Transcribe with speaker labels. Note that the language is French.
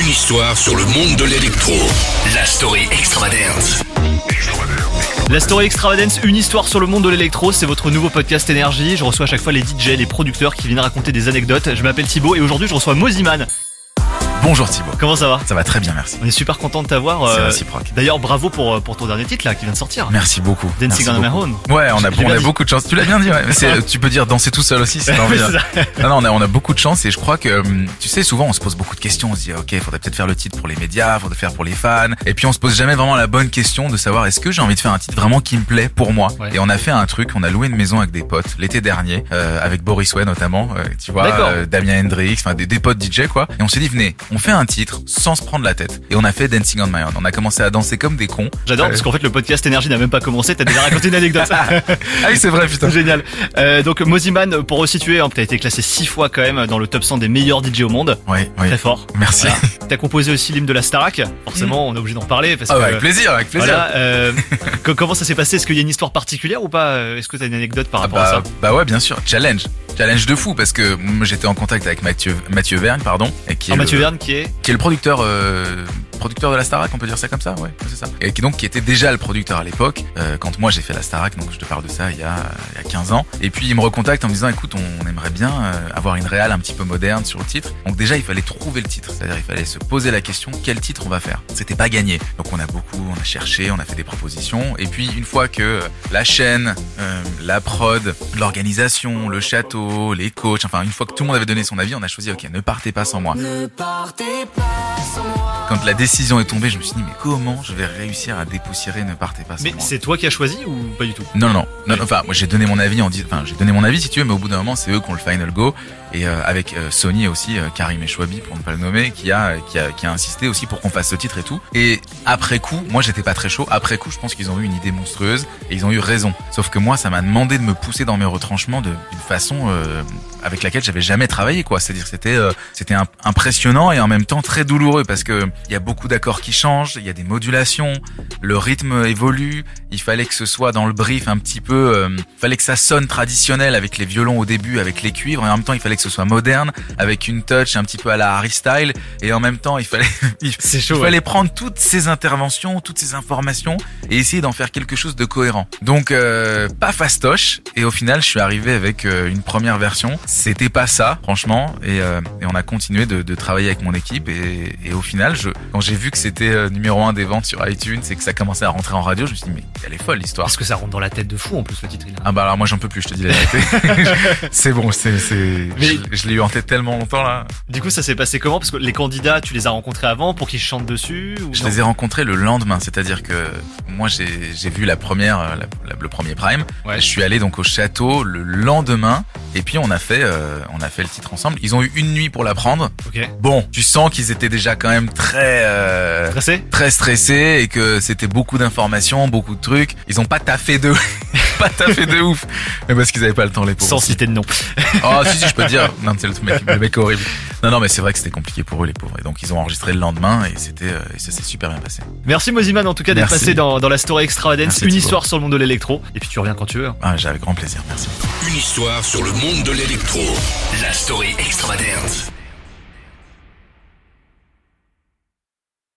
Speaker 1: Une histoire sur le monde de l'électro. La story extravagante.
Speaker 2: La story extravagance, une histoire sur le monde de l'électro, c'est votre nouveau podcast énergie. Je reçois à chaque fois les DJ, les producteurs qui viennent raconter des anecdotes. Je m'appelle Thibaut et aujourd'hui je reçois Moziman.
Speaker 3: Bonjour Thibaut.
Speaker 2: Comment ça va
Speaker 3: Ça va très bien, merci.
Speaker 2: On est super content de t'avoir.
Speaker 3: C'est
Speaker 2: euh,
Speaker 3: réciproque.
Speaker 2: D'ailleurs, bravo pour, euh, pour ton dernier titre là qui vient de sortir.
Speaker 3: Merci beaucoup.
Speaker 2: Dancing
Speaker 3: merci
Speaker 2: on
Speaker 3: beaucoup.
Speaker 2: my own.
Speaker 3: Ouais, on a,
Speaker 2: J'ai
Speaker 3: on
Speaker 2: bien
Speaker 3: a
Speaker 2: dit.
Speaker 3: beaucoup de chance. Tu l'as bien dit, ouais. Mais c'est- tu peux dire danser tout seul aussi, si t'as envie.
Speaker 2: C'est ça.
Speaker 3: Non, non, on a, on a beaucoup de chance et je crois que, hum, tu sais, souvent on se pose beaucoup de questions. On se dit, ok, faudrait peut-être faire le titre pour les médias, faudrait faire pour les fans. Et puis on se pose jamais vraiment la bonne question de savoir est-ce que j'ai envie de faire un titre vraiment qui me plaît pour moi.
Speaker 2: Ouais.
Speaker 3: Et on a fait un truc, on a loué une maison avec des potes l'été dernier, euh, avec Boris Way notamment, euh, tu vois,
Speaker 2: D'accord.
Speaker 3: euh, Damien Hendrix, enfin des, des potes DJ quoi. Et on s'est dit, venez, on fait un titre sans se prendre la tête. Et on a fait Dancing on my own. On a commencé à danser comme des cons.
Speaker 2: J'adore
Speaker 3: Euh,
Speaker 2: parce qu'en fait le podcast énergie n'a même pas commencé, t'as déjà raconté une anecdote.
Speaker 3: Ah oui, c'est vrai, putain.
Speaker 2: Génial. Euh, donc Moziman, pour resituer, hein, t'as été classé 6 fois quand même dans le top 100 des meilleurs DJ au monde.
Speaker 3: Oui, oui.
Speaker 2: Très fort.
Speaker 3: Merci.
Speaker 2: Voilà. T'as composé aussi l'hymne de la Starac. Forcément, on est obligé d'en parler parce
Speaker 3: Ah
Speaker 2: que.
Speaker 3: ouais, avec plaisir, avec plaisir.
Speaker 2: Voilà, euh, co- comment ça s'est passé Est-ce qu'il y a une histoire particulière ou pas Euh, Est-ce que t'as une anecdote par
Speaker 3: Ah
Speaker 2: rapport à
Speaker 3: bah,
Speaker 2: ça
Speaker 3: bah ouais, bien sûr. Challenge. Challenge de fou parce que moi, j'étais en contact avec Mathieu, Mathieu Vergne, pardon, et qui est,
Speaker 2: Ah,
Speaker 3: le,
Speaker 2: Mathieu Verne qui est
Speaker 3: qui est le producteur, euh, producteur de la Starac, on peut dire ça comme ça, ouais, c'est ça. Et qui donc qui était déjà le producteur à l'époque euh, quand moi j'ai fait la Starac, donc je te parle de ça il y a, il y a 15 ans. Et puis il me recontacte en me disant, écoute, on aimerait bien euh, avoir une réal un petit peu moderne sur le titre. Donc déjà il fallait trouver le titre, c'est-à-dire il fallait se poser la question quel titre on va faire. C'était pas gagné. Donc on a beaucoup, on a cherché, on a fait des propositions. Et puis une fois que euh, la chaîne, euh, la prod, l'organisation, le château, les coachs, enfin une fois que tout le monde avait donné son avis, on a choisi ok, ne partez pas sans moi. Quand la décision est tombée, je me suis dit mais comment je vais réussir à dépoussiérer ne partez pas sans
Speaker 2: Mais
Speaker 3: moi.
Speaker 2: c'est toi qui as choisi ou pas du tout
Speaker 3: Non, non, non, non, enfin, moi j'ai donné mon avis en dis- enfin, j'ai donné mon avis si tu veux, mais au bout d'un moment, c'est eux qui ont le final go. Et euh, avec euh, Sony aussi, euh, Karim Echouabi, pour ne pas le nommer, qui a, qui a, qui a insisté aussi pour qu'on fasse ce titre et tout. Et après coup, moi j'étais pas très chaud. Après coup, je pense qu'ils ont eu une idée monstrueuse et ils ont eu raison. Sauf que moi, ça m'a demandé de me pousser dans mes retranchements de- d'une façon euh, avec laquelle j'avais jamais travaillé, quoi. C'est-à-dire que c'était, euh, c'était imp- impressionnant et en même temps très douloureux parce que il y a beaucoup d'accords qui changent, il y a des modulations, le rythme évolue, il fallait que ce soit dans le brief un petit peu, euh, fallait que ça sonne traditionnel avec les violons au début, avec les cuivres, et en même temps il fallait que ce soit moderne, avec une touch un petit peu à la Harry Style, et en même temps il fallait, il
Speaker 2: C'est
Speaker 3: il
Speaker 2: chaud.
Speaker 3: fallait prendre toutes ces interventions, toutes ces informations, et essayer d'en faire quelque chose de cohérent. Donc euh, pas fastoche, et au final je suis arrivé avec euh, une première version, c'était pas ça franchement, et, euh, et on a continué de, de travailler avec mon équipe, et, et au final je, quand j'ai vu que c'était euh, numéro un des ventes sur iTunes, et que ça commençait à rentrer en radio, je me suis dit mais elle est folle l'histoire.
Speaker 2: Parce que ça rentre dans la tête de fou en plus le titre. il a-
Speaker 3: Ah bah alors moi j'en peux plus, je te dis la vérité. c'est bon, c'est c'est
Speaker 2: Mais-
Speaker 3: je, je l'ai eu en tête tellement longtemps là.
Speaker 2: Du coup, ça s'est passé comment Parce que les candidats, tu les as rencontrés avant pour qu'ils chantent dessus ou
Speaker 3: Je
Speaker 2: non
Speaker 3: les ai rencontrés le lendemain, c'est-à-dire que moi j'ai j'ai vu la première euh, la- la- le premier prime.
Speaker 2: Ouais.
Speaker 3: Je suis allé donc au château le lendemain et puis on a fait euh, on a fait le titre ensemble. Ils ont eu une nuit pour l'apprendre.
Speaker 2: Ok.
Speaker 3: Bon, tu sens qu'ils étaient déjà quand même très euh,
Speaker 2: Stressé
Speaker 3: très stressés et que c'était beaucoup d'informations, beaucoup de trucs. Ils ont pas taffé de pas taffé de ouf, mais parce qu'ils avaient pas le temps les pauvres.
Speaker 2: Sans citer de nom.
Speaker 3: Oh si si je peux te dire non c'est le mec le mec horrible non non mais c'est vrai que c'était compliqué pour eux les pauvres et donc ils ont enregistré le lendemain et c'était euh, et ça s'est super bien passé
Speaker 2: Merci Moziman en tout cas d'être
Speaker 3: Merci.
Speaker 2: passé dans, dans la story extravagance,
Speaker 3: Merci,
Speaker 2: une
Speaker 3: Thibaut.
Speaker 2: histoire sur le monde de l'électro. Et puis tu reviens quand tu veux. hein.
Speaker 3: ah j'ai avec grand plaisir merci
Speaker 1: Une histoire sur le monde de l'électro. La story extravagante.